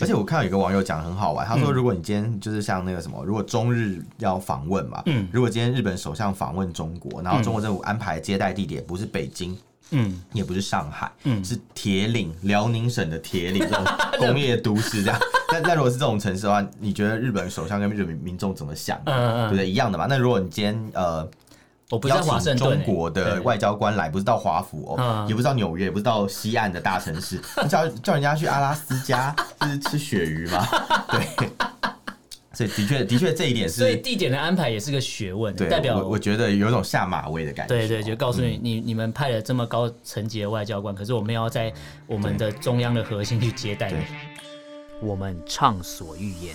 而且我看到有个网友讲得很好玩，他嗯说如果你今天就是像那个什么，如果中日要访问嘛，嗯如果今天日本首相访问中国，然后中国政府安排接待地点不是北京，嗯，也不是上海，嗯是铁岭，辽宁省的铁岭这种工业都市 这样。那那如果是这种城市的话，你觉得日本首相跟日本民众怎么想？嗯嗯对不对？一样的嘛。那如果你今天呃我不是邀在华请盛中顿、欸，国的对外交官来，不是到华府哦嗯，也不是到纽约，也不是到西岸的大城 市，你叫叫人家去阿拉斯加，就是吃鳕鱼 嘛，对。所以的确，的确这一点所以是地点的安排也是个学问，对代表我，我觉得有一种下马威的感觉。哦对对，就告诉你，你你们派了这么高层级的外交官，可是我们要在我们的中央的核心去接待你对。我们畅所欲言，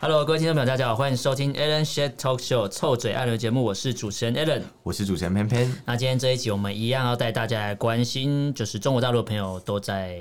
Hello，各位听众朋友，大家好，欢迎收听 Alan s h a t Talk Show 臭嘴艾伦节目，我是主持人 Alan。我是主持人偏偏，那今天这一集，我们一样要带大家来关心，就是中国大陆的朋友都在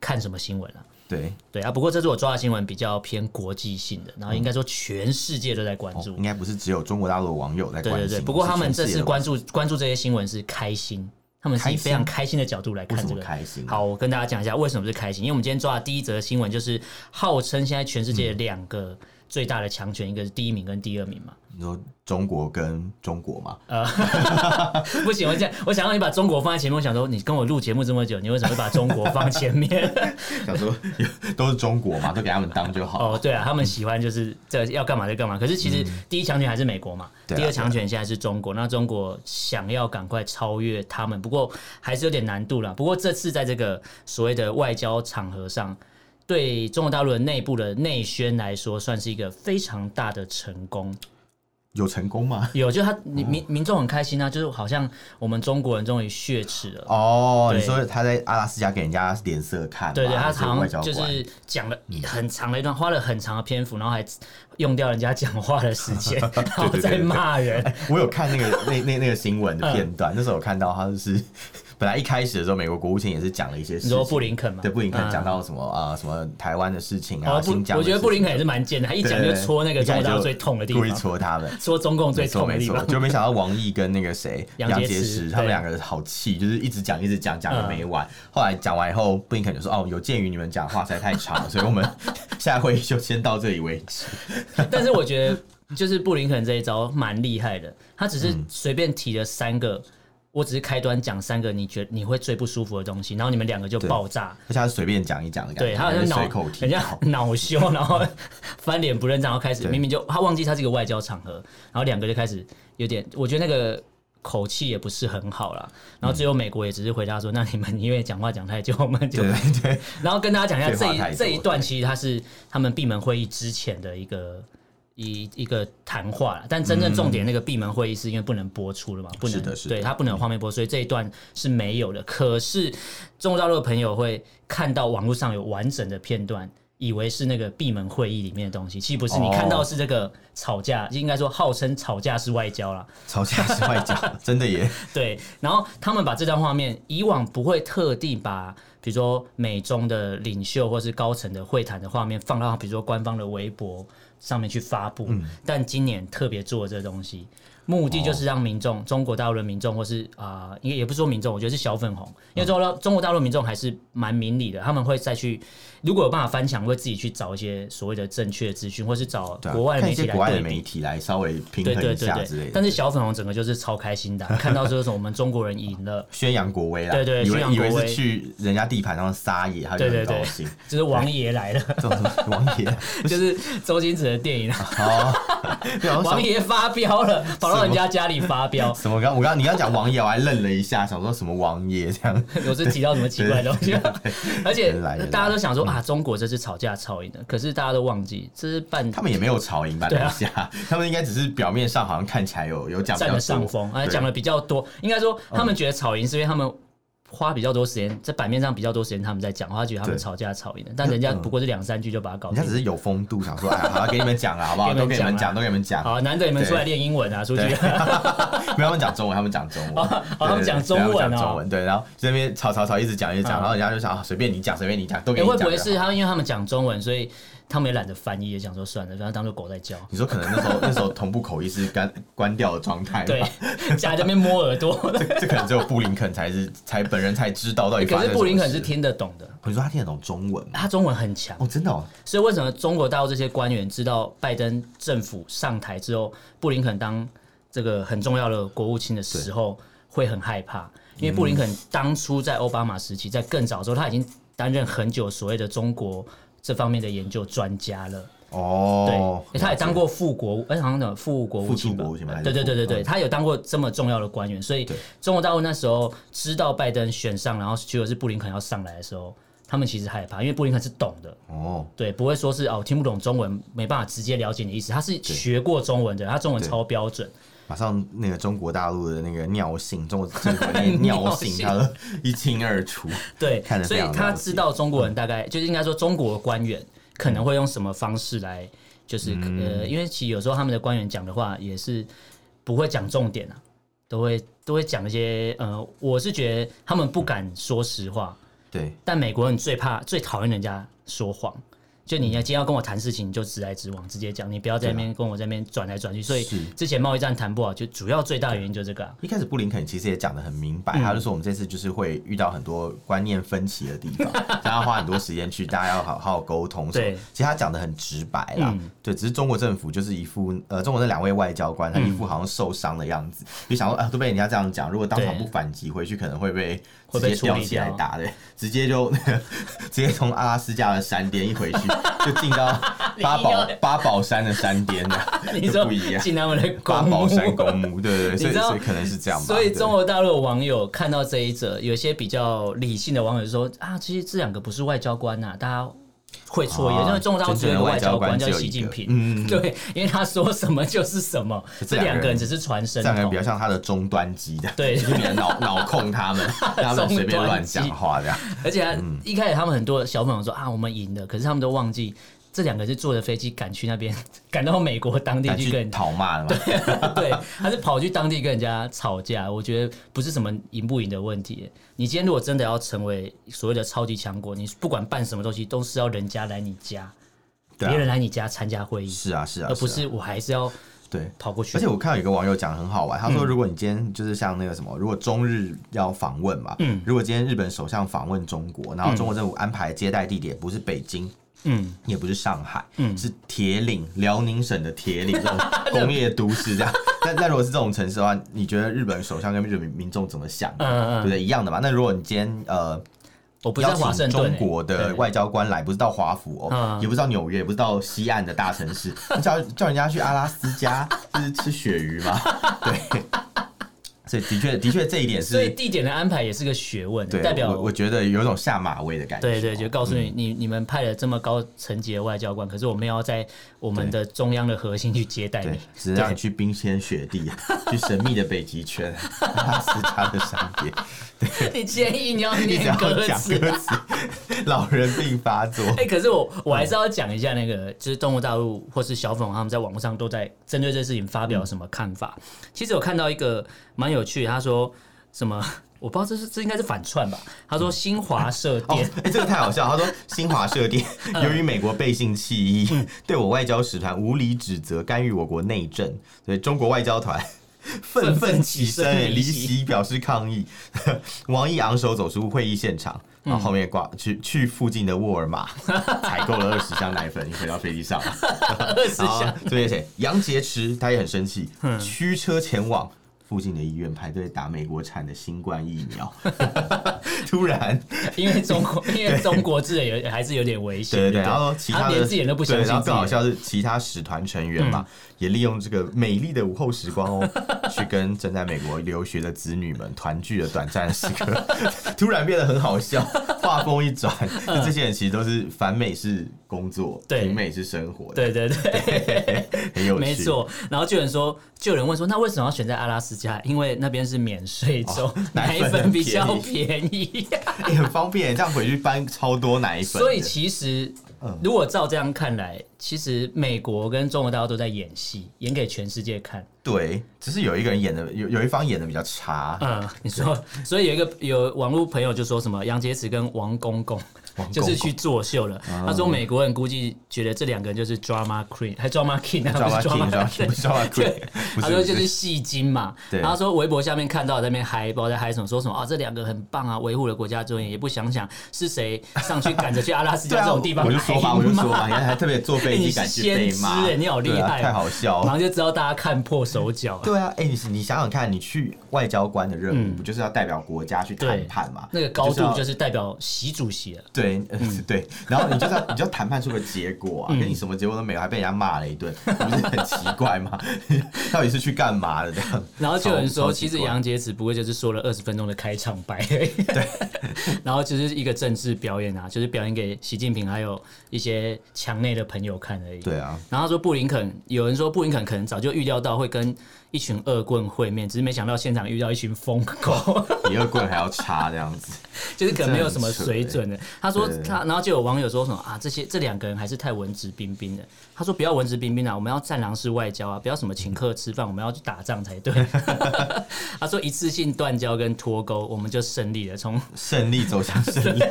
看什么新闻了、对，对啊，不过这次我抓的新闻比较偏国际性的，然后应该说全世界都在关哦注。应该不是只有中国大陆的网友在对关对心，对，不过是他们全世这界次的关注关注这些新闻是开心，他们是以开心非常开心的角度来为看什这么个。开心？好，我跟大家讲一下为什么是开心，因为我们今天抓的第一则新闻就是号称现在全世嗯界两个最大的强权，一个是第一名跟第二名嘛。 你说中国跟中国嘛，不行，我想我想让你把中国放在前面，我想说你跟我录节目这么久，你为什么会把中国放前面？想说 都是中国嘛，都给他们当就好。哦，对啊，他们喜欢就是这要干嘛就干嘛。可是其实第一强权还是美国嘛，嗯对啊第二强权现在是中国。那中国想要赶快超越他们，不过还是有点难度啦。不过这次在这个所谓的外交场合上，对中国大陆的内部的内宣来说，算是一个非常大的成功。有成功吗？有，就他民民嗯民众很开心啊，就是好像我们中国人终于血耻了。哦，对你说他在阿拉斯加给人家脸色看嘛，对对，他还是好外像交就官嗯是讲了很长的一段，花了很长的篇幅，然后还用掉人家讲话的时 间，然后再骂人。我有看那 个那那那个新闻的片嗯段，那时候有看到他就是 本来一开始的时候，美国国务卿也是讲了一些事你情，说布林肯嘛？对布林肯嗯讲。到什么啊什么台湾的事情哦啊，新不，疆我的事情，觉得布林肯也是蛮贱的，他一对讲就戳那个一中讲国大陆就最痛的地故意方，戳他们。戳中共最没错痛的没地错，方。就没想到王毅跟那个谁杨洁洁篪篪他们对两个好气，就是一直讲一直讲，讲嗯个没完。后来讲完以后，布林肯就说：“哦，有鉴于你们讲话实在太长了，所以我们 下会议就先到这里为止。但是我觉得，就是布林肯这一招蛮厉害的，他只嗯是随便提了三个。我只是开端讲三个你觉你会最不舒服的东西，然后你们两个就对爆炸，”而且他是随便讲一讲的感觉，对他好像就脑随口提人家到。 恼羞，然后翻脸不认账，然后开始对明明就他忘记他是一个外交场合，然后两个就开始有点，我觉得那个口气也不是很好啦。然后最后美国也只是回答说，那你们因为讲话讲太久，我们就对对对，然后跟大家讲一下废这话太一多这一段，其实它是他们闭门会议之前的一个一一个谈话啦但真正重点那个闭门会议是因为不能播出了嘛，不嗯能是的是的对它不能有画面播，所以这一段是没有的。可是中国大陆的朋友会看到网络上有完整的片段。以为是那个闭门会议里面的东西，其实不是。你哦看到是这个吵架，应该说号称吵架是外交啦，吵架是外交， 真的耶。对，然后他们把这段画面，以往不会特地把，比如说美中的领袖或是高层的会谈的画面放到，比如说官方的微博上面去发布，嗯但今年特别做了这东西，目的哦就是让民众、中国大陆的民众或是啊，呃也、也不是说民众，我觉得是小粉红，因为中国嗯大陆中国大陆民众还是蛮明理的，他们会再去，如果有办法翻墙，会自己去找一些所谓的正确的资讯，或是找对啊，国外的看媒一体些来国外对的比媒体来稍微平对衡对一对下之类对，的。但是小粉红整个就是超开心的 啊、看到就是我们中国人赢了，宣扬国威啦，对对以宣为扬以国威为是去人家地盘上撒野，他就对对很对高兴。 就是王爷来了，这种什么王爷， 就是周星驰的电影啊，哦， 对我王想爷发 飙了，跑到人家家里发飙，什么刚我刚你刚讲王爷，我还愣了一下，想说什么王爷这样。 我是提到什么奇怪的东西，而且人来嗯人来大家都想说啊，中国这次吵架吵赢了，可是大家都忘记这是半他们也没有吵赢吧？对啊等一下， 他们应该只是表面上好像看起来有有讲比占较了上多，风，而啊对嗯讲的比较多，应该说他们觉得吵赢是因为他们。花比较多时间在版面上比较多时间他们在讲话，他觉得他们吵架吵赢了，但人家不过是两三句就把它嗯搞人家定只。是有风度，想说，哎，好了，给你们讲了，好不好？给你都们给你讲啊们啦讲，都给你们讲。好，难得你们出来练英文啊，出去。对 没有，他们讲中文，他们讲中文，哦对他们对讲对中他们文讲哦中文，对，然后在那边吵吵吵，一直讲一直讲，嗯然后人家就想啊，随便你讲，随便你讲，都给也你会讲不就好。会是他们因为他们讲中文，所以他们也懒得翻译，也想说算了，让他当做狗在叫。你说可能那时候 那时候同步口译是关关掉的状态吧，对，假这边摸耳朵。 这这可能只有布林肯才是才本人才知道到底发可生是了布林肯什是么事，听得懂的，你说他听得懂中文吗？他中文很强，哦，真的哦，所以为什么中国大陆这些官员知道拜登政府上台之后，布林肯当这个很重要的国务卿的时候会很害怕？因为布林肯嗯当初在奥巴马时期，在更早之后，他已经担任很久所谓的中国这方面的研究专家了。对，哦，欸他也当过副国务，哎、好像讲副国务卿吧副国务卿吧还是对对对对对，嗯他有当过这么重要的官员，所以对中国大陆那时候知道拜登选上，然后结果是布林肯要上来的时候，他们其实害怕，因为布林肯是懂的，哦，对，不会说是哦听不懂中文，没办法直接了解你的意思，他是学过中文的，他中文对超标准，马上那个中国大陆的那个尿性，中国政府的那个尿性， 尿性他都一清二楚。对看，得非所以常了解嗯他知道中国人大概就是应该说中国官员可能会用什么方式来，就是、嗯呃，因为其实有时候他们的官员讲的话也是不会讲重点啊，都会都会讲一些呃，我是觉得他们不敢说实话，对，但美国人最怕最讨厌人家说谎。就你今天要跟我谈事情，你就直来直往，直接讲，你不要在那边跟我在那边转来转去。所以是之前贸易战谈不好，就主要最大的原因就这个、啊。一开始布林肯其实也讲的很明白，嗯他就说我们这次就是会遇到很多观念分歧的地方， 大家花很多时间去，大家要好好沟通什么。对其实他讲的很直白啦，嗯对，只是中国政府就是一副呃，中国那两位外交官他一嗯副好像受伤的样子，就想说啊、都被人家这样讲，如果当场对不反击回去，可能会被会直被接处吊理起来掉打的，直接就 直接从阿拉斯加的山巅一回去就进到八 你要宝八宝山的山巅了， 你就说不一样。进他们的八公宝山墓公墓， 对对对，所以你知道所以可能是这样吧。所以对中国大陆的网友看到这一则，有些比较理性的网友就说啊，其实这两个不是外交官呐、大家。会错意，啊因为中国大陆只有一个外交官真正的外交官只叫有一个习近平，嗯对，因为他说什么就是什 么，这这两个人两个人只是传声哦这两个人筒比较，像他的终端机的，对就是你的 脑脑控他们，让他们随便乱讲话这样。而且他一开始他们很多小粉红说啊，我们赢了，可是他们都忘记这两个是坐着飞机赶去那边， 赶到美国当地敢去去跟讨骂了嘛？ 对，他是跑去当地跟人家吵架。我觉得不是什么赢不赢的问题。你今天如果真的要成为所谓的超级强国，你不管办什么东西，都是要人家来你家，对别、啊人来你家参加会议，是啊，是啊，而不啊是我还是要嗯对。跑过去。而且我看到有一个网友讲得很好玩，他说如果你今天就是像那个什么，如果中日要访问嘛，嗯如果今天日本首相访问中国，然后中国政府安排接待地点不是北京，嗯，也不是上海，嗯是铁岭，辽宁省的铁岭这 种工业都市这样。 那那如果是这种城市的话，你觉得日本首相跟日本民众怎么想？嗯嗯嗯对不对？一样的嘛。那如果你今天呃我不是邀在华请盛中顿、欸，国的对外交官来，不是到华府哦嗯，也不是到纽约，也不是到西岸的大城 市，叫叫人家去阿拉斯加，就是吃鳕鱼 嘛，对。 所以的确，的确这一点所以是，地点的安排也是个学问、对代表我我嗯觉得有一种下马威的感觉。对对，就告诉你，你你们派了这么高层级的外交官，可是我们要在我们的中央的核心去接待对你，，只是让你去冰天雪地， 去神秘的北极 圈，阿拉斯加的山巅， 你建 议你要一直念要歌讲词，歌词，老人病发作。 哎、可是我我嗯还是要讲一下那个，就是中国大陆或是小粉红他们在网络上都在针对这事情发表什么看法。其实我看到一个蛮有趣的，他说什么？ 我不知道这是这应该是反串吧？他说新华社嗯 哦店，，哎、这个太好笑了。他说，新华社店由于美国背信弃义，对我外交使团无理指责，干预我国内政，所以中国外交 团愤愤起身，哎离席表示抗议。王毅昂首走出会议现场。然后后面挂去去附近的沃尔玛采购了二十箱奶粉，回到飞机 上。二十好箱，，这边谁？杨洁篪他也很生气，驱车前往附近的医院排队打美国产的新冠疫苗。 突然， 因为中国因为中国制的有还是有点危险，对对对对，不然后其他他的连自己人嗯都不相对信然后更自己好笑是其他使团成员嘛，也利用这个美丽的午后时光哦， 去跟正在美国留学的子女们团聚的短暂时刻， 突然变得很好笑，画风一转，这些人其实都是反美式工作，嗯对平美是生活，，对对 对， 很有趣，没错。然后就有人说，就有人问说，那为什么要选在阿拉斯加？因为那边是免税州，奶哦奶粉粉很比较便便宜。欸很方便，这样回去搬超多奶粉的，所以其实，嗯如果照这样看来，其实美国跟中国大陆都在演戏，演给全世界看。对，只是有一个人演的有有一方演的比较差，嗯，你说，所以有一个有网络朋友就说什么杨洁篪跟王公公王公公嗯啊就是去作秀了。他说美国人估计觉得这两个人就是 drama queen，还 drama king 啊，抓不马 king，抓是 drama 马 king，不是抓马 king，对不他是，说不就是是，戏精嘛，对然后他说微博下面看到在那边嗨，不知道在嗨什么，说什么啊这两个很棒啊，维护了国家尊严，也不想想是谁上去赶着去阿拉斯对加啊，这种地方我就说吧，我就说挨骂吧，你看还特别坐飞哎你机是赶去被骂，先知哎你好厉对啊害哦太好笑 马了。上就知道大家看破手脚了。对啊，哎、你你想想看，你去外交官的任务，嗯不就是要代表国家去对谈判嘛？那个高要度就是嗯代表习主席了。对，呃 对，然后你就是要你就要谈判出个结果嗯啊，可你什么结果都没有，还被人家骂了一 顿，不是很奇怪吗？ 到底是去干嘛的这样？然后就有人超说，超奇其实怪杨洁篪不过就是说了二十分钟的开场白而已，对， 然后就是一个政治表演啊，就是表演给习近平还有一些墙内的朋友看而已。对啊，然后他说布林肯，有人说布林肯可能早就预料到会跟一群恶棍会面，只是没想到现场遇到一群疯狗，比二棍还要差这样子，就是可能没有什么水准的。他说对他，然后就有网友说什么啊，这些这两个人还是太文质彬彬的。他说不要文质彬彬啊，我们要战狼式外交啊，不要什么请客吃饭，我们要去打仗才 对。他说一次性断交跟脱钩，我们就胜利了，从胜利走向 胜利，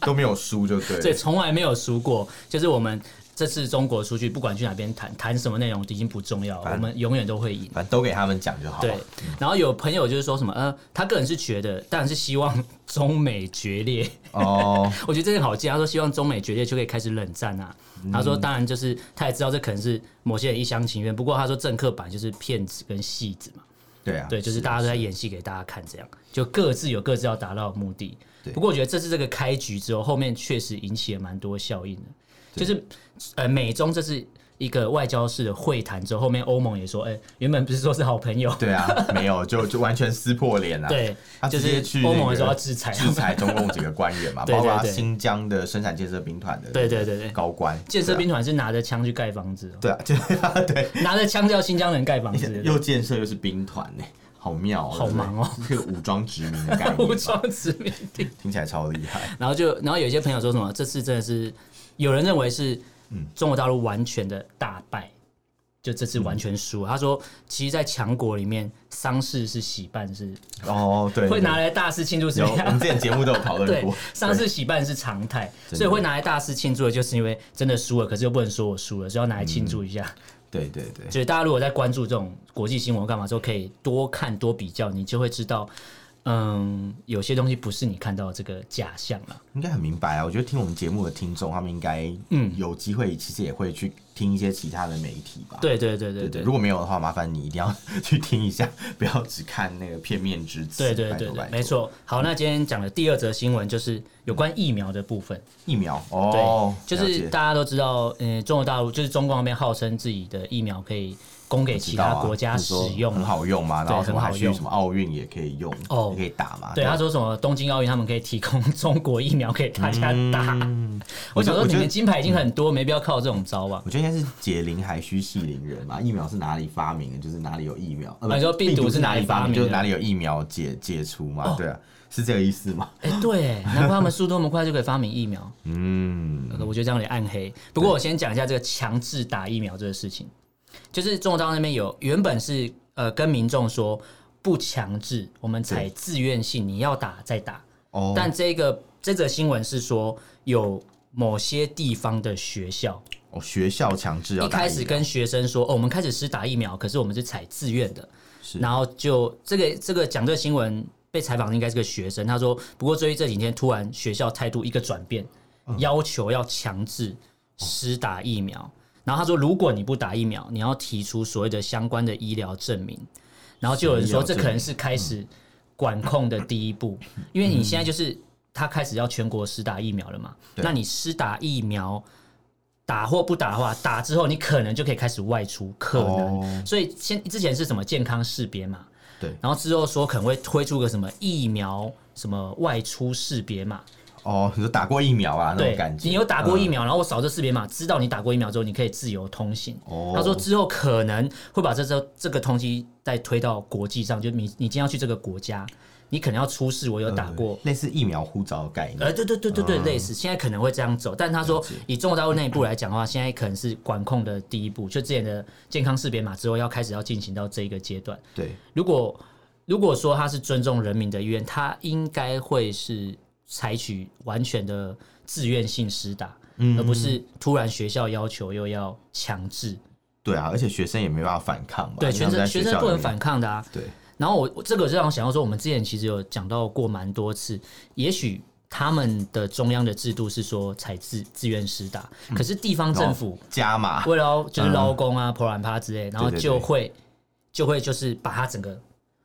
都没有输就对了。对，从来没有输过。就是我们这次中国出去，不管去哪边谈谈什么内容，已经不重要了，我们永远都会赢。反正都给他们讲就好嗯对了。，然后有朋友就是说什么，呃，他个人是觉得，当然是希望 中美决裂。哦，我觉得这个好记，他说希望中美决裂就可以开始冷战啊。嗯他说，当然就是他也知道这可能是某些人一厢情愿，不过他说政客版就是骗子跟戏子嘛，对啊， 对，就是大家都在演戏给大家看，这样就各自有各自要达到的目的。对不过我觉得这次这个开局之后，后面确实引起了蛮多效应的，就是呃，美中这是一个外交式的会谈之后，后面欧盟也说，哎、原本不是说是好朋友，对 啊，没有就就完全撕破脸啊。对他，就直是接去欧那盟的时候个要制裁他制们裁中共几个官 员嘛，对对包括对新疆的生产建设兵团的对对对对高官建设兵团是拿着枪去盖房子哦、对啊， 对啊，就对，拿着枪叫新疆人盖房 子，又建设又是兵团呢，好妙哦，好忙哦对不对，这个武装殖民的 概念 武吧，装殖民地。听起来超厉害。然后就，然后有一些朋友说什么，这次真的是有人认为是嗯中国大陆完全的大败，就这次完全嗯输。他说，其实，在强国里面，丧事是喜办是哦，对，会对拿来大肆庆祝是有没我们样。之前节目都有讨论 对过，，丧事喜办是常态，的所以会拿来大肆庆祝的，就是因为真的输了，可是又不能说我输了，所以要拿来庆祝一下。对对对对所以大家如果在关注这种国际新闻干嘛之后，可以多看多比较，你就会知道，嗯，有些东西不是你看到的这个假象了。应该很明白啊！我觉得听我们节目的听众，他们应该嗯有机会，其实也会去听一些其他的媒体吧。对对对对对对对，如果没有的话，麻烦你一定要去听一下， 不要只看那个片面之词。对对拜对托对，拜托没错。好，那今天讲的第二则新闻就是有关疫苗的部分。疫苗对，哦，就是了解大家都知道，嗯，中国大陆就是中共那边号称自己的疫苗可以供给其知道啊他国家就是使说用很嘛。好用嘛，然后对什么很好还去用什么奥运也可以用，哦也可以打嘛。对，他说什么东京奥运他们可以提供 中国疫苗给大家打。我想嗯我说，觉你得嗯们金牌已经很多，没必要靠这种招啊吧？我觉得应该是解铃还须系铃人嘛，疫苗是哪里发明的，就是哪里有疫苗。呃啊你说病毒毒是哪里里发发明的哦就是哪里有疫苗解解除嘛，对啊，是这个意思吗？哎、对耶，难怪他们速度那么快就可以发明疫苗。嗯，呃我觉得这样有点暗黑。不过我先讲一下这个强制打疫苗这个事情，就是中国大陆那边有原本是呃跟民众说不强制，我们采自愿性，你要打再打。哦，但这个这则新闻是说有某些地方的学校哦学校强制要一打开疫始苗跟学生说，哦，我们开始施打疫苗，可是我们是采自愿的。是然后就这个这个讲这个新闻被采访的应该是个学生，他说，不过最近这几天突然学校态度一个转变，嗯要求要强制施打疫苗。然后他说，如果你不打疫苗，你要提出所谓的相关的医疗证明。然后就有人说，医疗这证嗯可能是开始管控的第一步，因为你现在就是他开始要全国施打疫苗了嘛，对那你施打疫苗。打或不打的话，打之后你可能就可以开始外出，可能。哦所以先之前是什么健康识别嘛，对然后之后说可能会推出个什么疫苗什么外出识别码，哦，你说打过疫苗啊那对种感，觉，嗯你有打过疫苗，然后我扫这识别码，知道你打过疫苗之后，你可以自由通行。哦他说之后可能会把这这这个东西再推到国际上，就你你今天要去这个国家，你可能要出示我呃有打过。类似疫苗护照的概念，呃，对对对对对，嗯类似，现在可能会这样走，但他说以中国大陆内部来讲的话，现在可能是管控的第一步，就之前的健康识别码之后要开始要进行到这一个阶段。对，如果如果说他是尊重人民的意愿，他应该会是采取完全的自愿性施打，嗯而不是突然学校要求又要强制。对啊，而且学生也没办法反抗嘛，对，因为学他们在生学校生里不能面反抗的啊。对，然后我我这个就让我想到说，我们之前其实有讲到过蛮多次，也许他们的中央的制度是说采自自愿施打，嗯可是地方政府加码，为了要就是捞工啊、破烂趴之类，然后哦嗯对对就对会就会就是把它整个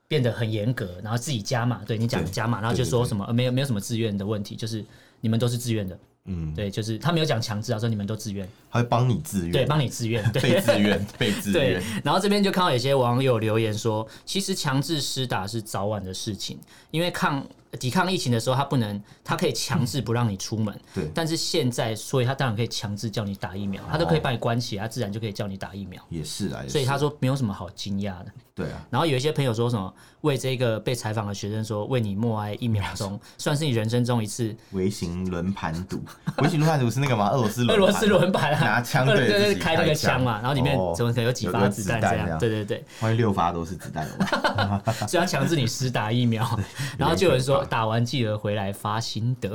变得很严格，然后自己加码，对你讲的对加码，然后对就对说对什么呃没有没有什么自愿的问题，就是你们都是自愿的，嗯，对，就是他没有讲强制啊，说你们都自愿，他会帮你自愿，对，帮你自愿，对，被自愿，被自对愿，，然后这边就看到有些网友留言说，其实强制施打是早晚的事情，因为抗抵抗疫情的时候，他不能，他可以强制不让你出门，对但是现在，所以他当然可以强制叫你打疫苗，他都可以把你关起来，他自然就可以叫你打疫苗，也是啊，也所以是他说没有什么好惊讶的。对啊，然后有一些朋友说什么为这个被采访的学生说，为你默哀一秒 钟，算是你人生中一次微型轮盘赌，微型轮盘赌是那个吗？ 俄罗斯 俄轮罗盘斯轮盘啊，拿枪俄对对自对己开那开个枪嘛，枪然后里面哦怎么可能有几有发个子子弹弹这这样？样对对对。万一六发都是子弹怎么办？ 所以要强制你施打疫苗， 然后就有人说打完记得回来发心得，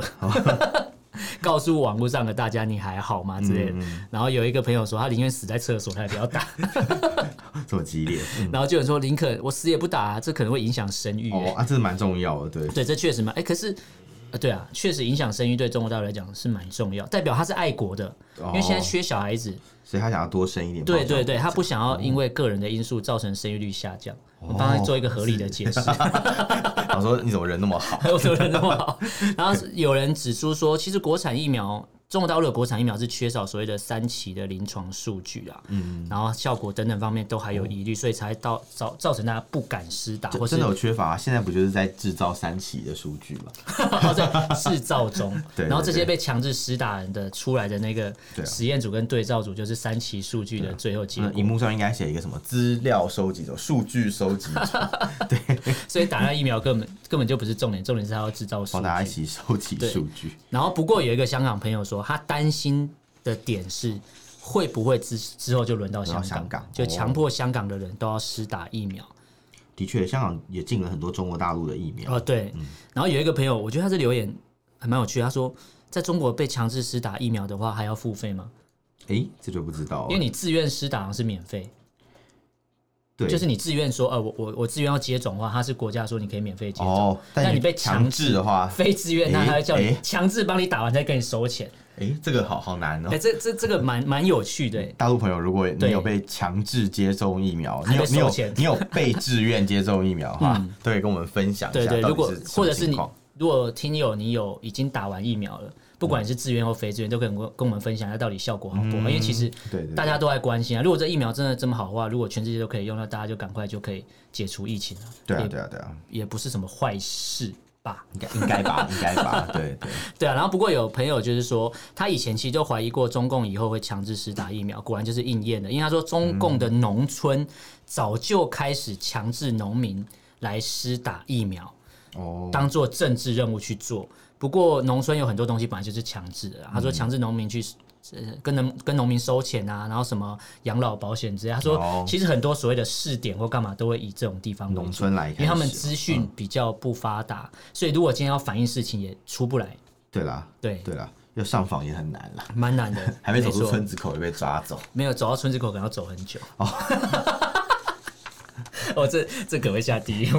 告诉网络上的大家你还好吗之类嗯的。然后有一个朋友说他宁愿死在厕所，他也不要打。这么激烈， 嗯然后就有人说林肯我死也不打、啊这可能会影响生育、哦啊，这是蛮重要的，对，对，这确实蛮哎、可是。呃对啊，确实影响生育对中国大陆来讲是蛮重要，代表他是爱国的，因为现在哦缺小孩子，所以他想要多生一点，对对对，他不想要因为个人的因素造成生育率下降，哦我帮他做一个合理的解 释。我说你怎么人那么好？还有说人那么好。然后有人指出说，其实国产疫苗，中国大陆的国产疫苗是缺少所谓的三期的临床数据啊，嗯，然后效果等等方面都还有疑虑，所以才到造造成大家不敢施打， 或是真 的有缺乏、啊，现在不就是在制造三期的数据吗？哦在制造中。 对对然后这些被强制施打人的出来的那个对啊啊嗯实验组跟对照组，就是三期数据的最后结那果荧。幕上应该写一个什么资料收集者、数据收集者，所以打那疫苗根本根本就不是重点，重点是他要制造数帮哦据大。家一起收集对数据。然后不过有一个香港朋友说，他担心的点是会不会之之后就轮到香港，轮到香港就强迫香港的人都要施打疫苗。的确，香港也进了很多中国大陆的疫苗。哦，对。然后有一个朋友，我觉得他这留言还蛮有趣的，他说。在中国被强制施打疫苗的话，还要付费吗？哎、这就不知道了。因为你自愿施打好像是免费，对，就是你自愿说，呃，我我我自愿要接种的话，他是国家说你可以免费接种，哦，那但你被强强制的话，非自愿，那诶他会叫你诶强制帮你打完再跟你收钱。哎、这个好好难哦、哎、这这这个蛮蛮有趣的、大陆朋友，如果你对有被强制接种疫苗，还你被有你有收钱嗯你有被自愿接种疫苗的 话，都可以跟我们分享一下对对，到底如果什么或者是情你况如果听友你有已经打完疫苗了，不管你是自愿或非自愿，都可以跟我跟我们分享一下到底效果好不好，因为其实。对对对大家都在关心啊！如果这疫苗真的这么好的话，如果全世界都可以用，那大家就赶快就可以解除疫情了。对啊也对啊对啊，也不是什么坏事吧？应该应该吧，应该吧， 对对，对啊。然后不过有朋友就是说，他以前其实就怀疑过中共以后会强制施打疫苗，果然就是应验的。因为他说中共的农村早就开始强制农民来施打疫苗，哦，当做政治任务去做。不过农村有很多东西本来就是强制的嗯啦，他说强制农民去。呃跟农跟农民收钱啊，然后什么养老保险之类，他说哦其实很多所谓的试点或干嘛都会以这种地方为主农村来开因为他们始嗯资讯比较不发达，所以如果今天要反映事情也出不来，对啦，对，对啦，要上访也很难啦，蛮难的。 还没走出错村子口就被抓走，没有走到村子口可能要走很久。 哦，这这可会下地狱。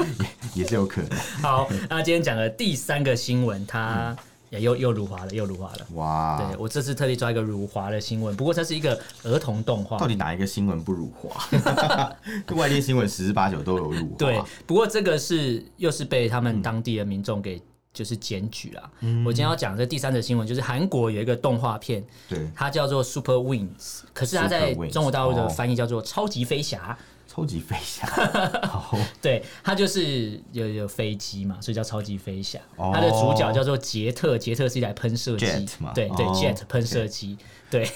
也是有可能。好，那今天讲的第三个新闻，嗯它也又又辱华了，又辱华了。哇对，我这次特地抓一个辱华的新闻，不过它是一个儿童动画到。底哪一个新闻不辱华？ 外地新闻十之八九都有辱华。对，不过这个是又是被他嗯们当地的民众给就是检举啦。我今天要讲的第三则新闻就是韩国有一个动画片，对它叫做 Super Wings，可是它在 Super Wings，中国大陆的哦翻译叫做超级飞侠。超级飞侠，好对，它就是有有飞机嘛，所以叫超级飞侠。哦它的主角叫做杰特，杰特是一台喷射机 Jet 嘛对对哦，jet 喷射机，对，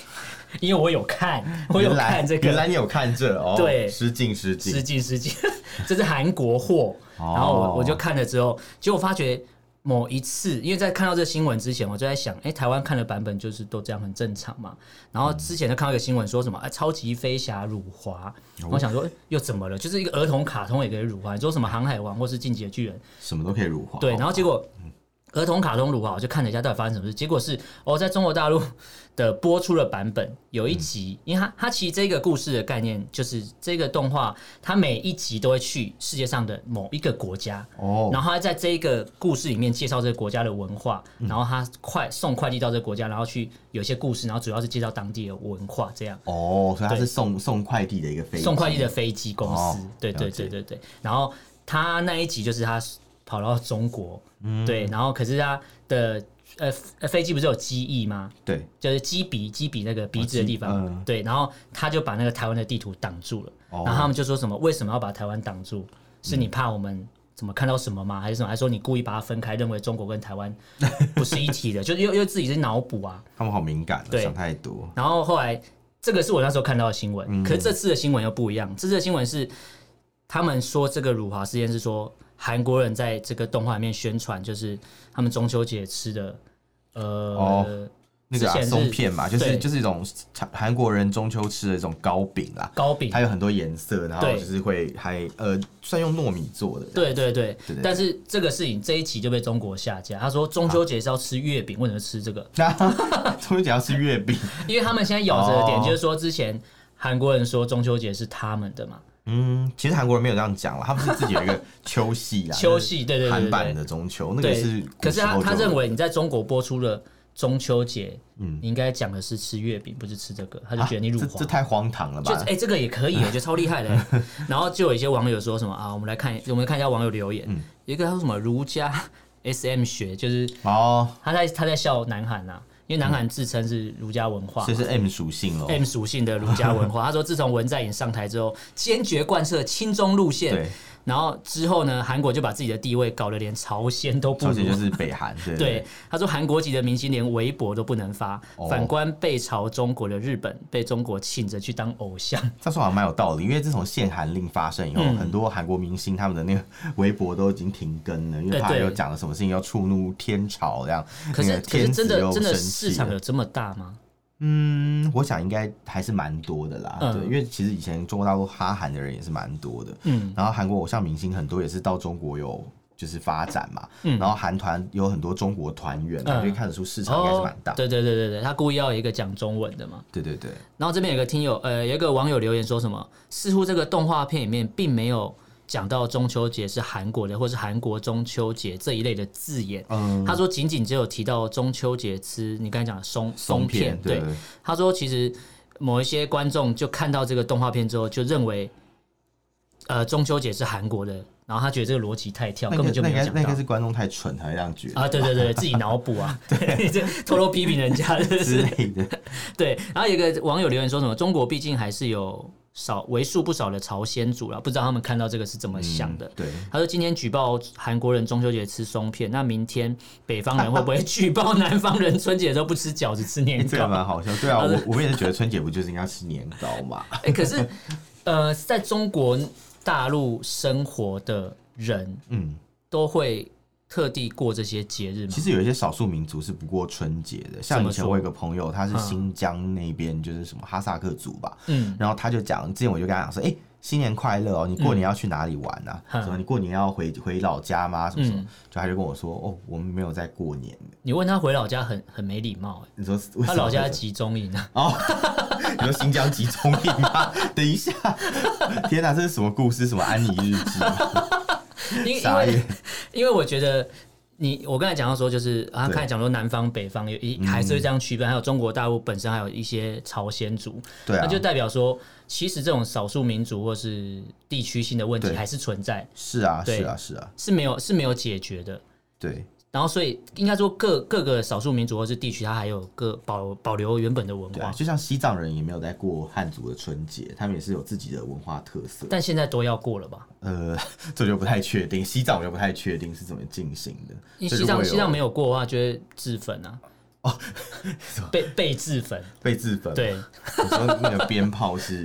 因为我有看， 我有原来看这原个，来你有看这哦，对失敬失敬，失敬失敬， 这是韩国货。哦然后我我就看了之后，结果发觉某一次，因为在看到这新闻之前，我就在想，哎、台湾看的版本就是都这样，很正常嘛。然后之前就看到一个新闻说什么，哎、超级飞侠辱华，我想说、哎又怎么了？就是一个儿童卡通也可以辱华，你说什么航海王或是进击的巨人，什么都可以辱华，对，然后结果。儿童卡通辱华，我就看了一下到底发生什么事。结果是哦，在中国大陆 的播出的版本有一集，因为它它其实这个故事的概念就是这个动画，它每一集都会去世界上的某一个国家，哦，然后他在这一个故事里面介绍这个国家的文化，然后他快送快递到这个国家，然后去有一些故事，然后主要是介绍当地的文化这样。哦，所以他是对送送快递的一个飞机，送快递的飞机公司，哦对对了解对对对。然后他那一集就是他跑到中国，嗯对，然后可是他的呃呃飞机不是有机翼吗？对，就是机鼻机鼻那个鼻子的地方，机嗯对，然后他就把那个台湾的地图挡住了，哦然后他们就说什么为什么要把台湾挡住？是你怕我们怎么看到什么吗？还是什么？还说你故意把它分开，认为中国跟台湾不是一 体的，就是又又自己是脑补啊。他们好敏感哦，对想太多，然后后来这个是我那时候看到的新闻，嗯可是这次的新闻又不一样，这次的新闻是他们说这个辱华事件是说韩国人在这个动画里面宣传，就是他们中秋节吃的。呃，哦那个啊之前是松片嘛，就是对就是一种韩韩国人中秋吃的这种糕饼啦，糕饼它有很多颜色，然后对就是会还呃算用糯米做的，对对对对对，但是这个事情这一期就被中国下架。他说中秋节是要吃月饼，为什么吃这个？那中秋节要吃月饼，因为他们现在咬着的点哦就是说，之前韩国人说中秋节是他们的嘛，嗯，其实韩国人没有这样讲了，他们是自己有一个 秋夕啦， 秋夕，对就是对对韩对版的中秋，那对。个是对古可是时他候就嗯他认为你在中国播出了中秋节，你应该讲的是吃月饼，不是吃这个，他就觉得你辱啊这华这。太荒唐了就吧哎、？这个也可以， 我觉得超厉害的。然后就有一些网友说什么啊，我们来看，我们看一下网友留言。嗯有一个他说什么儒家 S M 学，就是哦，他在他在笑南韩啊，因为南嗯韩自称是儒家文化嘛。这是 M 属性哦喽， M 属性的儒家 文化，他说自从文在寅上台之后，坚决贯彻亲中路线对，，然后之后呢，韩国就把自己的地位搞得连朝鲜都不朝如鲜。就是北韩，对对，他说韩国籍的明星连微博都不能发，哦反观被朝中国的日本，被中国请着去当 偶像。这样说好像蛮有道理，因为自从限韩令发生以嗯后，很多韩国明星他们的那个微博都已经停更了，因为对怕对又讲了什么事情要触怒天朝这样。可那是个可是哎天真子的又真的生市气场了有这么大吗？嗯，我想应该还是蛮多的啦，嗯对，因为其实以前中国大陆哈韩的人也是蛮多的，嗯，然后韩国偶像明星很多也是到中国有。就是发展嘛，嗯然后韩团有很多中国团员啊，嗯哦所以看得出市场应该是蛮大。对对对对对，他故意要有一个讲中文的嘛。对对对，然后这边有个听友，呃，有一个网友留言说什么，似乎这个动画片里面并没有讲到中秋节是韩国的，或是韩国中秋节这一类的字眼。嗯，他说仅仅只有提到中秋节吃，你刚才讲的松松片，对对。他说其实某一些观众就看到这个动画片之后，就认为，呃，中秋节是韩国的，然后他觉得这个逻辑太跳，那根个本就那没应有该讲那应该到。是观众太蠢才会这样觉得啊，对 对对，自己脑补啊，你 这偷偷批评人家，真的是之类的。 对，然后有个网友留言说什么，中国毕竟还是有少为数不少的朝鲜族啦，啊不知道他们看到这个是怎么想的。嗯对，他说：“今天举报韩国人中秋节吃松片，那明天北方人会不会举 报南方人春节都不吃饺子吃年这糕个蛮好笑。对 啊，我我们也是觉得春节不就是应该吃年糕嘛？？”哎、可是，呃，在中国大陆生活的人嗯，都会特地过这些节日吗其？实有一些少数民族是不过春节的，像怎以么前说我有一个朋友，他是嗯新疆那边，就是什么哈萨克族吧，嗯，然后他就讲，之前我就跟他讲说，哎、新年快乐哦！你过年要去哪里玩啊？嗯什么？你过年要回回老家吗？什么什么？嗯就他就跟我说，哦，我们没有在过年的。你问他回老家很很没礼貌、你说哎，为他什么老家在会集中营啊，哦，你说新疆集中营吗？ 等一下，天哪，这是什么故事？什么安妮日记？ 因为因 傻为 眼。因为我觉得你，我刚才讲到说，就是啊，对刚才讲说南方北方有一还嗯是会这样区分，还有中国大陆本身还有一些朝鲜族，对啊那就代表说，其实这种少数民族或是地区性的问题对还是存在，是啊，对是啊，是啊，是没有是没有解决的。对。然后所以应该说各各个少数民族或是地区，它还有各保保留原本的文对化啊，，就像西藏人也没有在过汉族的春节，他们也是有自己的文化特色。但现在都要过了吧？呃， 这就不太确定，西藏我就不太确定是怎么进行的。因这就为西藏会有西藏没有过的话，就会自焚啊。 哦，被被自焚，被自焚，，对，你说那个鞭炮是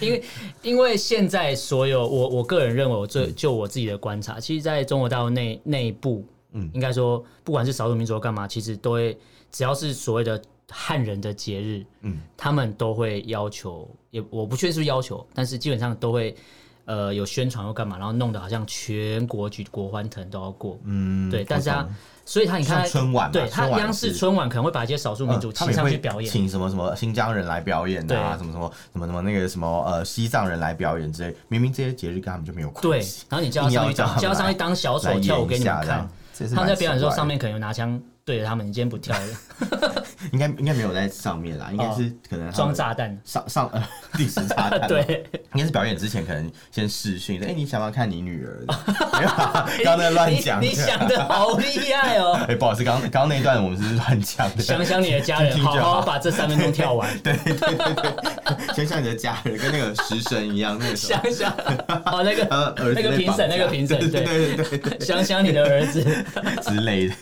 因为因为现在所有我我个人认为，我嗯最就我自己的观察，其实在中国大陆内内部，嗯，应该说不管是少数民族干嘛，其实都会只要是所谓的汉人的节日，嗯，他们都会要求，也我不确定是不是要求，但是基本上都会。呃，有宣传或干嘛，然后弄得好像全国举国欢腾都要过，嗯，对，但是他，所以 他你看他像春晚嘛啊对他春晚央视是春晚可能会把一些少数民族嗯他请们也上会去表演，请什么什么新疆人来表演啊，对什么什么什么什么那个什么呃西藏人来表演之类，明明这些节日跟他们就没有对关系，，然后你叫他硬要上去叫他们当，叫他上来去当小来丑演跳舞给一你们下这看样。。这是他们在表演的时蛮候，奇怪上面可能有拿枪对着他们，你今天不跳 了，应该应该没有在上面啦，应该是可能他们哦装炸 弹。，上上呃定时炸弹 对，应该是表演之前可能先试训，哎、你想不想看你女儿？ 没有啊，刚刚那乱讲你的你。想的好厉害 哦！哎、不好意思，刚刚刚那一段我们是乱讲的。想想你的家人，听好就好好把这三分 钟跳完。就像你的家人跟那个食神一样，那个什么想想，哦，那 呃个儿子那个被评绑审，架那个评审，对对，对对对对想想你的儿子。 之类的。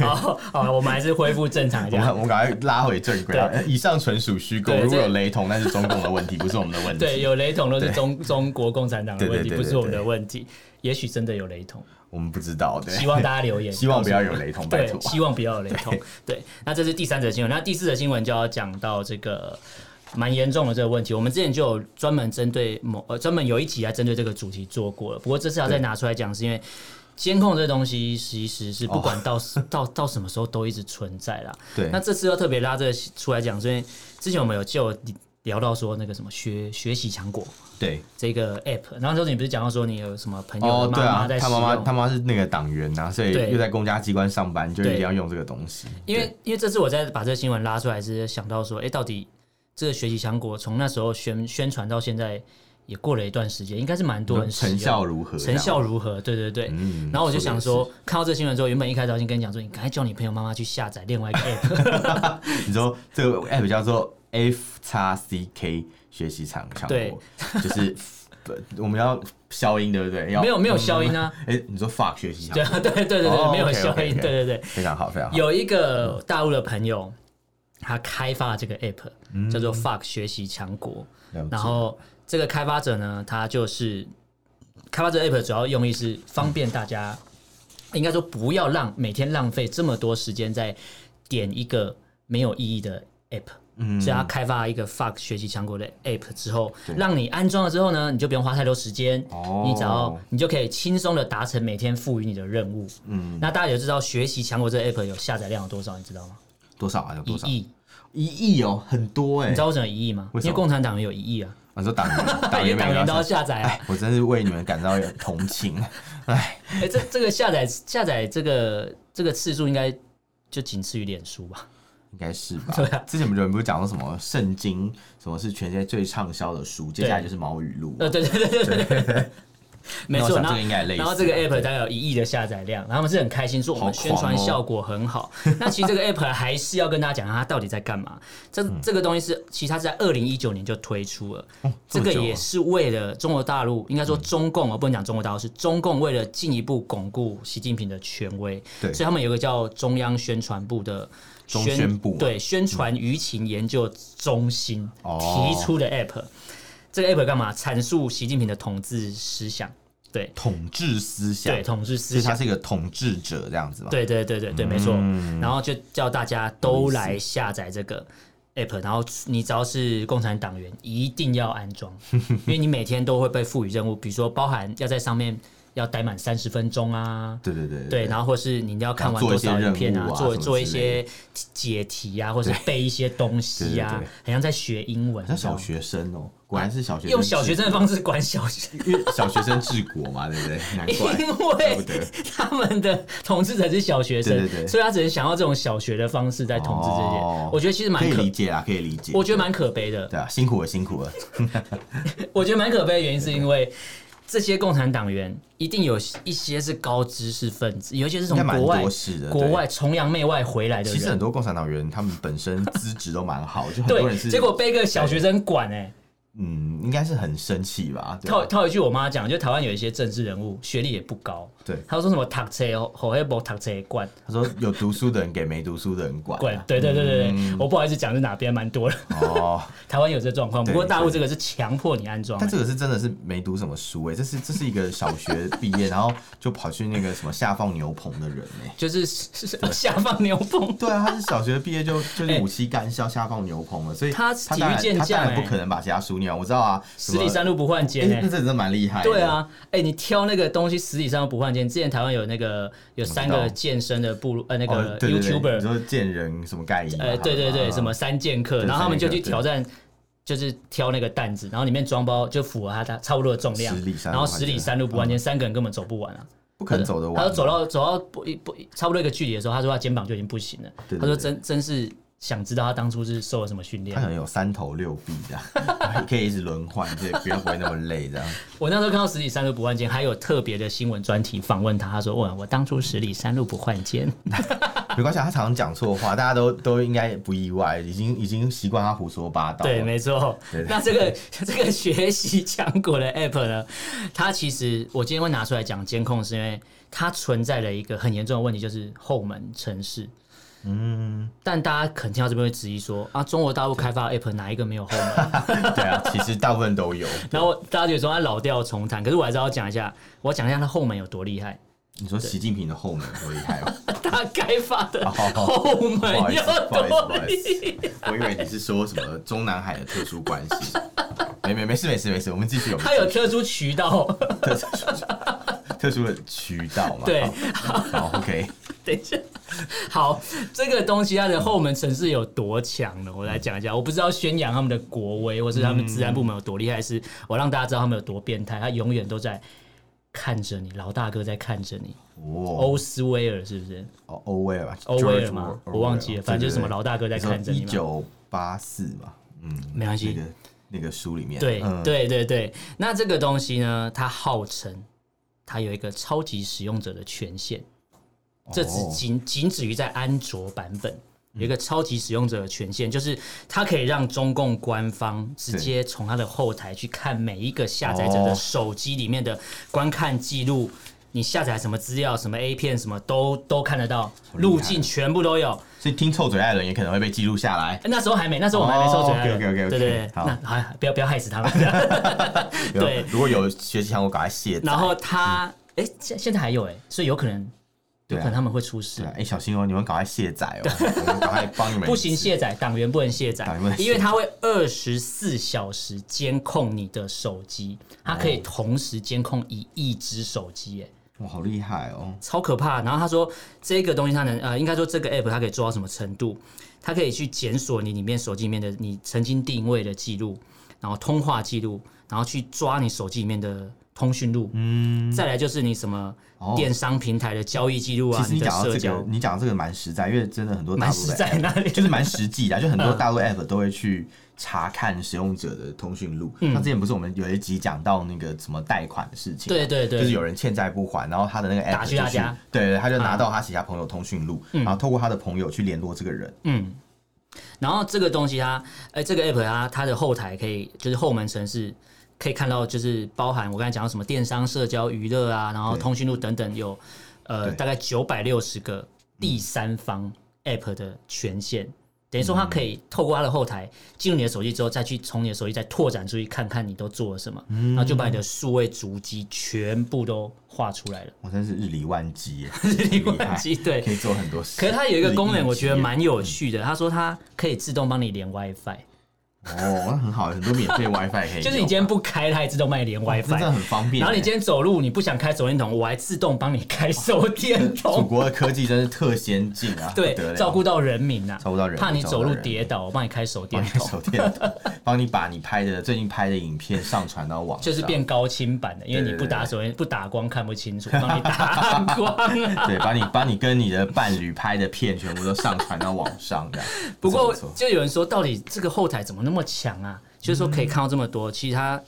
好，好，我们还是恢复正常一我们下。我们赶快拉回正轨啊。以上纯属虚构，对如果这有雷同，那是中共的问题，不是我们的问题。对，有雷同都是中中国共产党的对对问题，对不对是我们的问题。也许真的有雷同，我们不知道。对，希望大家留言， 希望不要有雷同，拜对托，。希望不要有雷同。对，那这是第三则新闻，那第四则新闻就要讲到这个蛮严重的这个问题。我们之前就有专门针对某呃专门有一集来针对这个主题做过了，不过这次要再拿出来讲，是因为。监控这东西其实是不管到、到到什么时候都一直存在啦。哦 对那这次要特别拉这个出来讲，是因为之前我们有就有聊到说那个什么学学习强国对，这个 app，然后就是你不是讲到说你有什么朋友哦的，妈对妈啊在，使他用、妈妈他妈是那个党员呐，所以对又在公家机关上班，就一定对要用这个东西。因为因为这次我在把这个新闻拉出来，是想到说，哎、到底这个学习强国从那时候宣宣传到现在，也过了一段时间，应该是蛮多人使用成效如何？成效如何？对对对。嗯然后我就想说说，看到这个新闻之后，原本一开始我先跟你讲说，你赶快叫你朋友妈妈去下载另外一个 app，你说这个 app 叫做 F 叉 C K 学习场强对国，就是 不我们要消音，对不对？要没有没有消音啊，哎、你说 fuck 学习强对国，啊对对对对，哦没有 OK，OK，消音， OK 对对对。非常好，非常好。有一个大陆的朋友，他开发了这个 app，、叫做 Fuck 学习强国。了解然后这个开发者呢，他就是开发这个 app 主要用意是方便大家，应该说不要浪每天浪费这么多时间在点一个没有意义的 app。嗯所以他开发一个 Fuck 学习强国的 App 之后对，让你安装了之后呢，你就不用花太多时间，哦你只要你就可以轻松的达成每天赋予你的任务。嗯，那大家也知道学习强国这个 App 有下载量有多少，你知道吗？多少啊？有一多少？亿，一亿哦，很多哎、你知道为什么有一亿吗？为什因么为共产党员有一亿啊，我说党员，党因为员党没员有都要要下载 啊。哎，我真是为你们感到有同情。啊哎，这这个下载下载这个这个次数应该就仅次于脸书吧？应该是吧？ 对啊之前我们有人不是讲到什么圣经，什么是全世界最畅销的书，接下来就是毛语录。呃，对对对对对。没那我错，想然这个应该也类似啊然后这个 app 大概有一亿的下载量，然后他们是很开心，说我们好宣狂哦传效果很好。那其实这个 app 还是要跟大家讲，它到底在干嘛。这嗯这个东西是，其实它是在二零一九年就推出了，这这么个久啊也是为了中国大陆，应该说中共，呃我不能讲中国大陆，是中共为了进一步巩固习近平的权威，对所以他们有一个叫中央宣传部的。中宣部啊对宣传舆情研究中心哦提出的 app，、这个 app 干嘛？阐述习近平的统治思想，对统治思想，对，统治所思以他想，是一个统治者这样子嘛？，对对对对嗯对，没错。然后就叫大家都来下载这个 app，然后你只要是共产党员，一定要安 装，因为你每天都会被赋予任务，比如说包含要在上面要待满三十分钟啊。对对对对，然后或是你要看完做多一些少影片任务啊做什么做一之类些解题啊，或是背一些东西啊对对对，很像在学英文。像小学生哦、果然是小学生治，用小学生的方式管小学，因为小学生治国嘛，对不对？难怪， 因怪为不得他们的统治者是小学生，对对对所以他只能想要这种小学的方式在统治这些。哦我觉得其实可蛮以可理，解啦，可以理解。我觉得蛮可悲的。对啊，辛苦了，辛苦了。我觉得蛮可悲的原因是因为这些共产党员一定有一些是高知识分子，尤其是从应该蛮国外多事的。国对外崇洋媚外回来的其实很人，多共产党员他们本身资质都蛮 好，就很多对人，是结果被一个小学生管哎、嗯，应该是很生气吧？对吧套套一句我妈讲，就台湾有一些政治人物学历也不高，对，她说什么读册哦，好黑不读册管他说有读书的人给没读书的人管啊。管，对对对对对，我不好意思讲是哪边，蛮多了。哦，台湾有这状况，不对过大陆对这个是强迫你安装啊但，这个是真的是没读什么书哎、这是这是一个小学毕业，然后就跑去那个什么下放牛棚的人哎、就是是 是下放牛棚。对啊，他是小学毕业 就就是哎武器干校下放牛棚了，所以他是他体育当然健他将当然哎不可能把其他书念完。我知道啊，什十么里山路不换肩哎呢、那真的哦蛮厉害。对，啊，哎、你挑那个东西十里山路不换肩。之前台湾有那个有三我知道个健身的部落呃那哦个对对对 YouTuber，你说见人什么盖伊嘛？呃，对对对，啊什么三剑客，对然后他们就去三剑客挑战，就是挑那个担子，然后里面装包就符合他的差不多的重量十里，山路嗯然后不完十里全山路不完全三个人根本走不完啊，不可能走得完。他说走到走到不一不一差不多一个距离的时候，他说他肩膀就已经不行了，对对他说对真真是想知道他当初是受了什么训练他。可能有三头六臂这 样，可以一直轮换，所以不要不会那么累这样。我那时候看到十里山路不换肩，还有特别的新闻专题访问他，他说哇，我当初十里山路不换 肩，没关系啊，他常常讲错话，大家都都应该不意外，已经已经习惯他胡说八道了。对，没错对。对那这个 这个学习强国的 App 呢，它其实我今天会拿出来讲监控，是因为它存在了一个很严重的问题，就是后门城市。嗯，但大家可能听到这边会质疑说啊，中国大陆开发的 App 哪一个没有后门？对啊，其实大部分都有。然后大家就说它老调重弹，可是我还是要讲一下，我讲一下它后门有多厉害， 你说习近平的后门多厉害吗？它开发的哦后不门好意有思，不好意思，不多好厉害。意思，我以为你是说什么中南海的特殊关系。没没没事没事没事，我们继续有它有特殊渠道，特殊特殊的渠道嘛？对好好，OK， 等一下，好，这个东西它的后门城市有多强呢？我来讲一下，我不知道宣扬他们的国威，或是嗯他们治安部门有多厉害，是我让大家知道他们有多变态，他永远都在看着你，老大哥在看着你。哦欧斯威尔是不是？哦欧威尔吧，欧威尔吗？我忘记了，反正就是什么老大哥在看着你一嘛。九八四嘛，嗯，没关系那个那个书里面，对、嗯对对对，那这个东西呢，它号称它有一个超级使用者的权限，这只哦仅仅止于在安卓版本。有一个超级使用者的权限，就是它可以让中共官方直接从它的后台去看每一个下载者的哦手机里面的观看记录，你下载什么资料、什么 A 片、什么都都看得到，厉害路径全部都有。哎所以听臭嘴艾伦也可能会被记录下来。那时候还没，那时候我们还没收嘴、哦，OK，OK，OK，OK，对对对，好那还不要不要害死他们。对如果有学习强，我赶快卸载。哦然后他，哎、现现在还有哎、所以有可能，有嗯对啊可能他们会出事对啊，。哎、小心哦、你们赶快卸载 哦、我们赶快帮你们。不行，卸载党员不能卸载啊党员不能，卸载因为他会二十四小时监控你的手机，他可以哦同时监控一亿只手机，哎，哇，好厉害哦、超可怕。然后他说这个东西它能，呃，应该说这个 app 它可以做到什么程度？它可以去检索你里面手机里面的你曾经定位的记录，然后通话记录，然后去抓你手机里面的通讯录，嗯，再来就是你什么哦电商平台的交易记录啊，其实你的讲到社这交个，你讲到这个蛮实在，因为真的很多大蛮陆实的在 app 那里嗯就是蛮实际的，就很多大陆 app 都会去查看使用者的通讯录。嗯那、之前不是我们有一集讲到那个什么贷款的事情吗？对对对就是有人欠债不还，然后他的那个 app 打去他就家嗯对对，他就拿到他旗下朋友通讯录，然后透过他的朋友去联络这个人。嗯，然后这个东西它，呃，这个 app 它它的后台可以就是后门城市可以看到，就是包含我刚才讲到什么电商、社交、娱乐啊，然后对通讯录等等有，呃，对大概九百六十个第三方 app 的权限。嗯等于说，它可以透过它的后台进入你的手机之后，再去从你的手机再拓展出去，看看你都做了什么，嗯然后就把你的数位足迹全部都画出来了。我真是日理万机耶， 日理很厉害万机对可以做很多事。可是它有一个功能，我觉得日理万机耶蛮有趣的。他说它可以自动帮你连 WiFi，哦，那很好，很多免费 WiFi 可以用啊， 就是你今天不开，它也自动帮你连这哦真的 WiFi。很方便。然后你今天走路，你不想开手电筒，我还自动帮你开手电祖 筒。国的科技真是特先进啊，对不得，了照顾到人民呐、照顾到人民怕你走照顾路到人民跌倒，我帮你开手电帮你筒，手电筒， 帮你把你拍的最近拍的影片上传到网上，就是变高清版的，因为你对对不打手电不打光看不清楚，帮你打光 啊。对，把你把你跟你的伴侣拍的片全部都上传到网上这样。 不过错错就有人说，到底这个后台怎么那么强啊？就是说可以看到这么多，其实它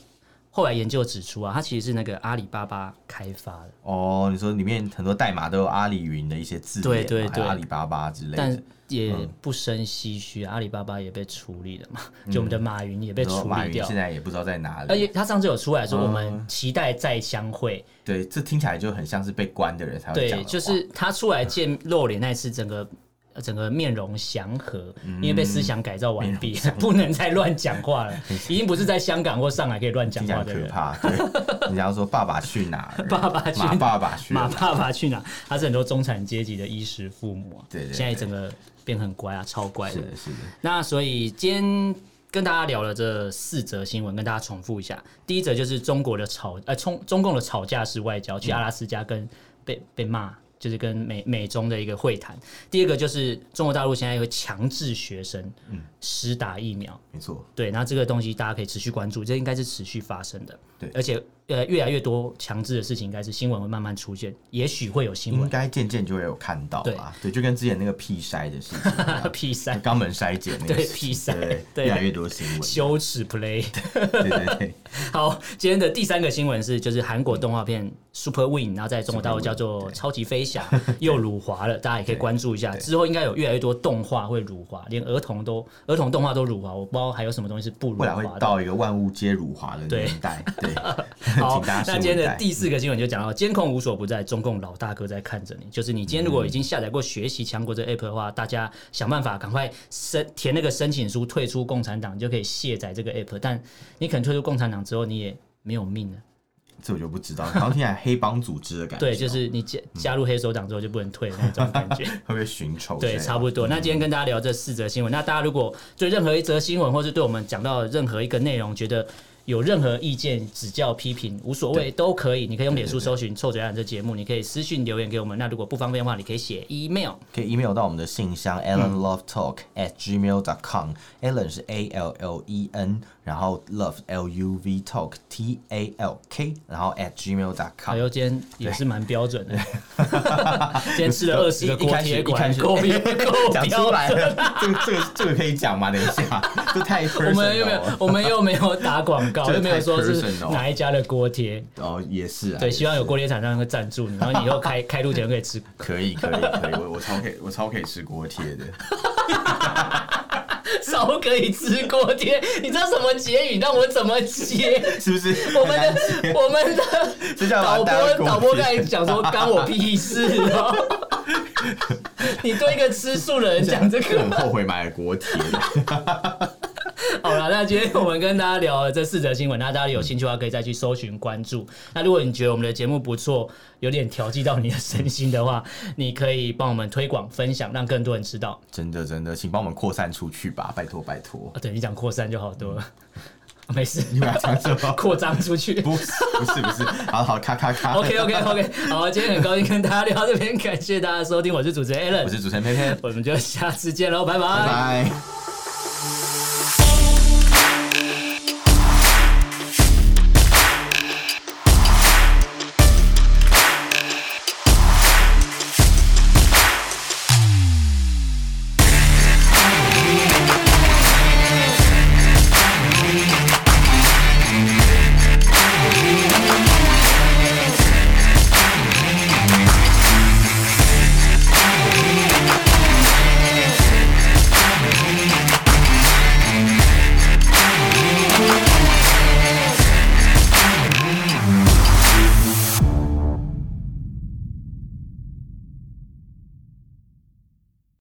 后来研究指出啊，它其实是那个阿里巴巴开发的，哦，你说里面很多代码都有阿里云的一些字对眼嘛，对还有对阿里巴巴之类但的，也不生唏嘘、啊，阿里巴巴也被处理了嘛，就我们的马云也被你说嗯处马理云掉现。在也不知道在哪而里。且他上次有出来说，嗯我们期待再相会。对，这听起来就很像是被关的人才哦会讲对，的话。就是他出来见露脸那一次，整个呃整个面容祥和，嗯因为被思想改造完毕，不能再乱讲 话了，已经不是在香港或上海可以乱讲听起来话很的可人。怕。对，人家说爸爸去哪儿？ 爸爸去马爸爸去马哪儿？爸爸去哪？他是很多中产阶级的衣食父母啊，对对对现在整个变很乖啊，超乖是的。的，是的。那所以今天跟大家聊了这四则新闻，跟大家重复一下。第一则就是中国的吵，呃，中中共的吵架式外交，去阿拉斯加跟被被骂。就是跟美美中的一个会谈。第二个就是中国大陆现在会强制学生嗯施打疫苗，没错，对，那这个东西大家可以持续关注，这应该是持续发生的。对而且呃，越来越多强制的事情，应该是新闻会慢慢出现，也许会有新应闻。该渐渐就会有看到啦。对，就跟之前那个屁筛的事情一 样， P 三肛门筛检那个对事情屁筛对对越来越多新 闻。羞耻 play。对对对， 好，今天的第三个新闻是，就是韩国动画片《Super Win》，然后在中国大陆 Super Win，叫做《对超级飞 侠》，又辱华了，大家也可以关注一下。对之后应该有越来越多动画会辱华，连儿童都儿童动画都辱华，我不知道还有什么东西是不辱未来华会的。到一个万物皆辱华的对年代。对， 好请，大家那拭今天目以的待。第四个新闻就讲到，监控无所不在，中共老大哥在看着你。就是你今天如果已经下载过学习强国这 app 的话，大家想办法赶快申填那个申请书，退出共产党，你就可以卸载这个 app。但你可能退出共产党之后，你也没有命了。这我就不知道，好像听起来黑帮组织的感觉哦。对，就是你加加入黑手党之后就不能退的那种感 觉。会不会寻仇之类对，的？差不多。那今天跟大家聊这四则新闻，那大家如果对任何一则新闻，或是对我们讲到的任何一个内容，觉得有任何意见、指教、批评，无所谓，都可以。你可以用脸书搜寻“臭嘴案”这节目，你可以私信留言给我们。那如果不方便的话，你可以写 email。可以 email 到我们的信箱嗯 allenlovetalk at gmail dot com。Allen 是 A L L E N，然后 love L U V talk T A L K，然后 at gmail dot 哎 com。呦，今天也是蛮 标准的，今天吃了二十个一一锅开始贴一开管，始够 够讲标出来准。了，这个这个这个可以讲吗？等一下，这太 personal 我们又没有了，我们又没有打广 告，这又没有太说是 personal 哪一家的锅贴。哦，也是啊，对，也是希望有锅贴厂商会赞助你，然后你以后 开开路前可以吃。可以可以可以，我我超可以我超可以吃锅贴 的，少可以吃锅贴，你知道什么结语？让我怎么接？ 是不是？我们很难接的我们 的这叫把导它带到播锅导播贴刚才讲说干我屁事 哦。你对一个吃素的人讲这我个很，后悔买了锅贴的。好了，那今天我们跟大家聊了这四则新闻，那大家有兴趣的话可以再去搜寻关注。那如果你觉得我们的节目不错，有点调剂到你的身心的话，你可以帮我们推广分享，让更多人知道。真的真的，请帮我们扩散出去吧，拜托拜托啊，。对你讲扩散就好多了， 没事，你们要讲什么？ 扩张出 去。不是不是不是，好好咔咔咔。 OK OK OK，好，今天很高兴跟大家聊到这边，感谢大家收听，我是主持人 Alan，我是主持人佩佩，我们就下次见喽，拜拜拜拜。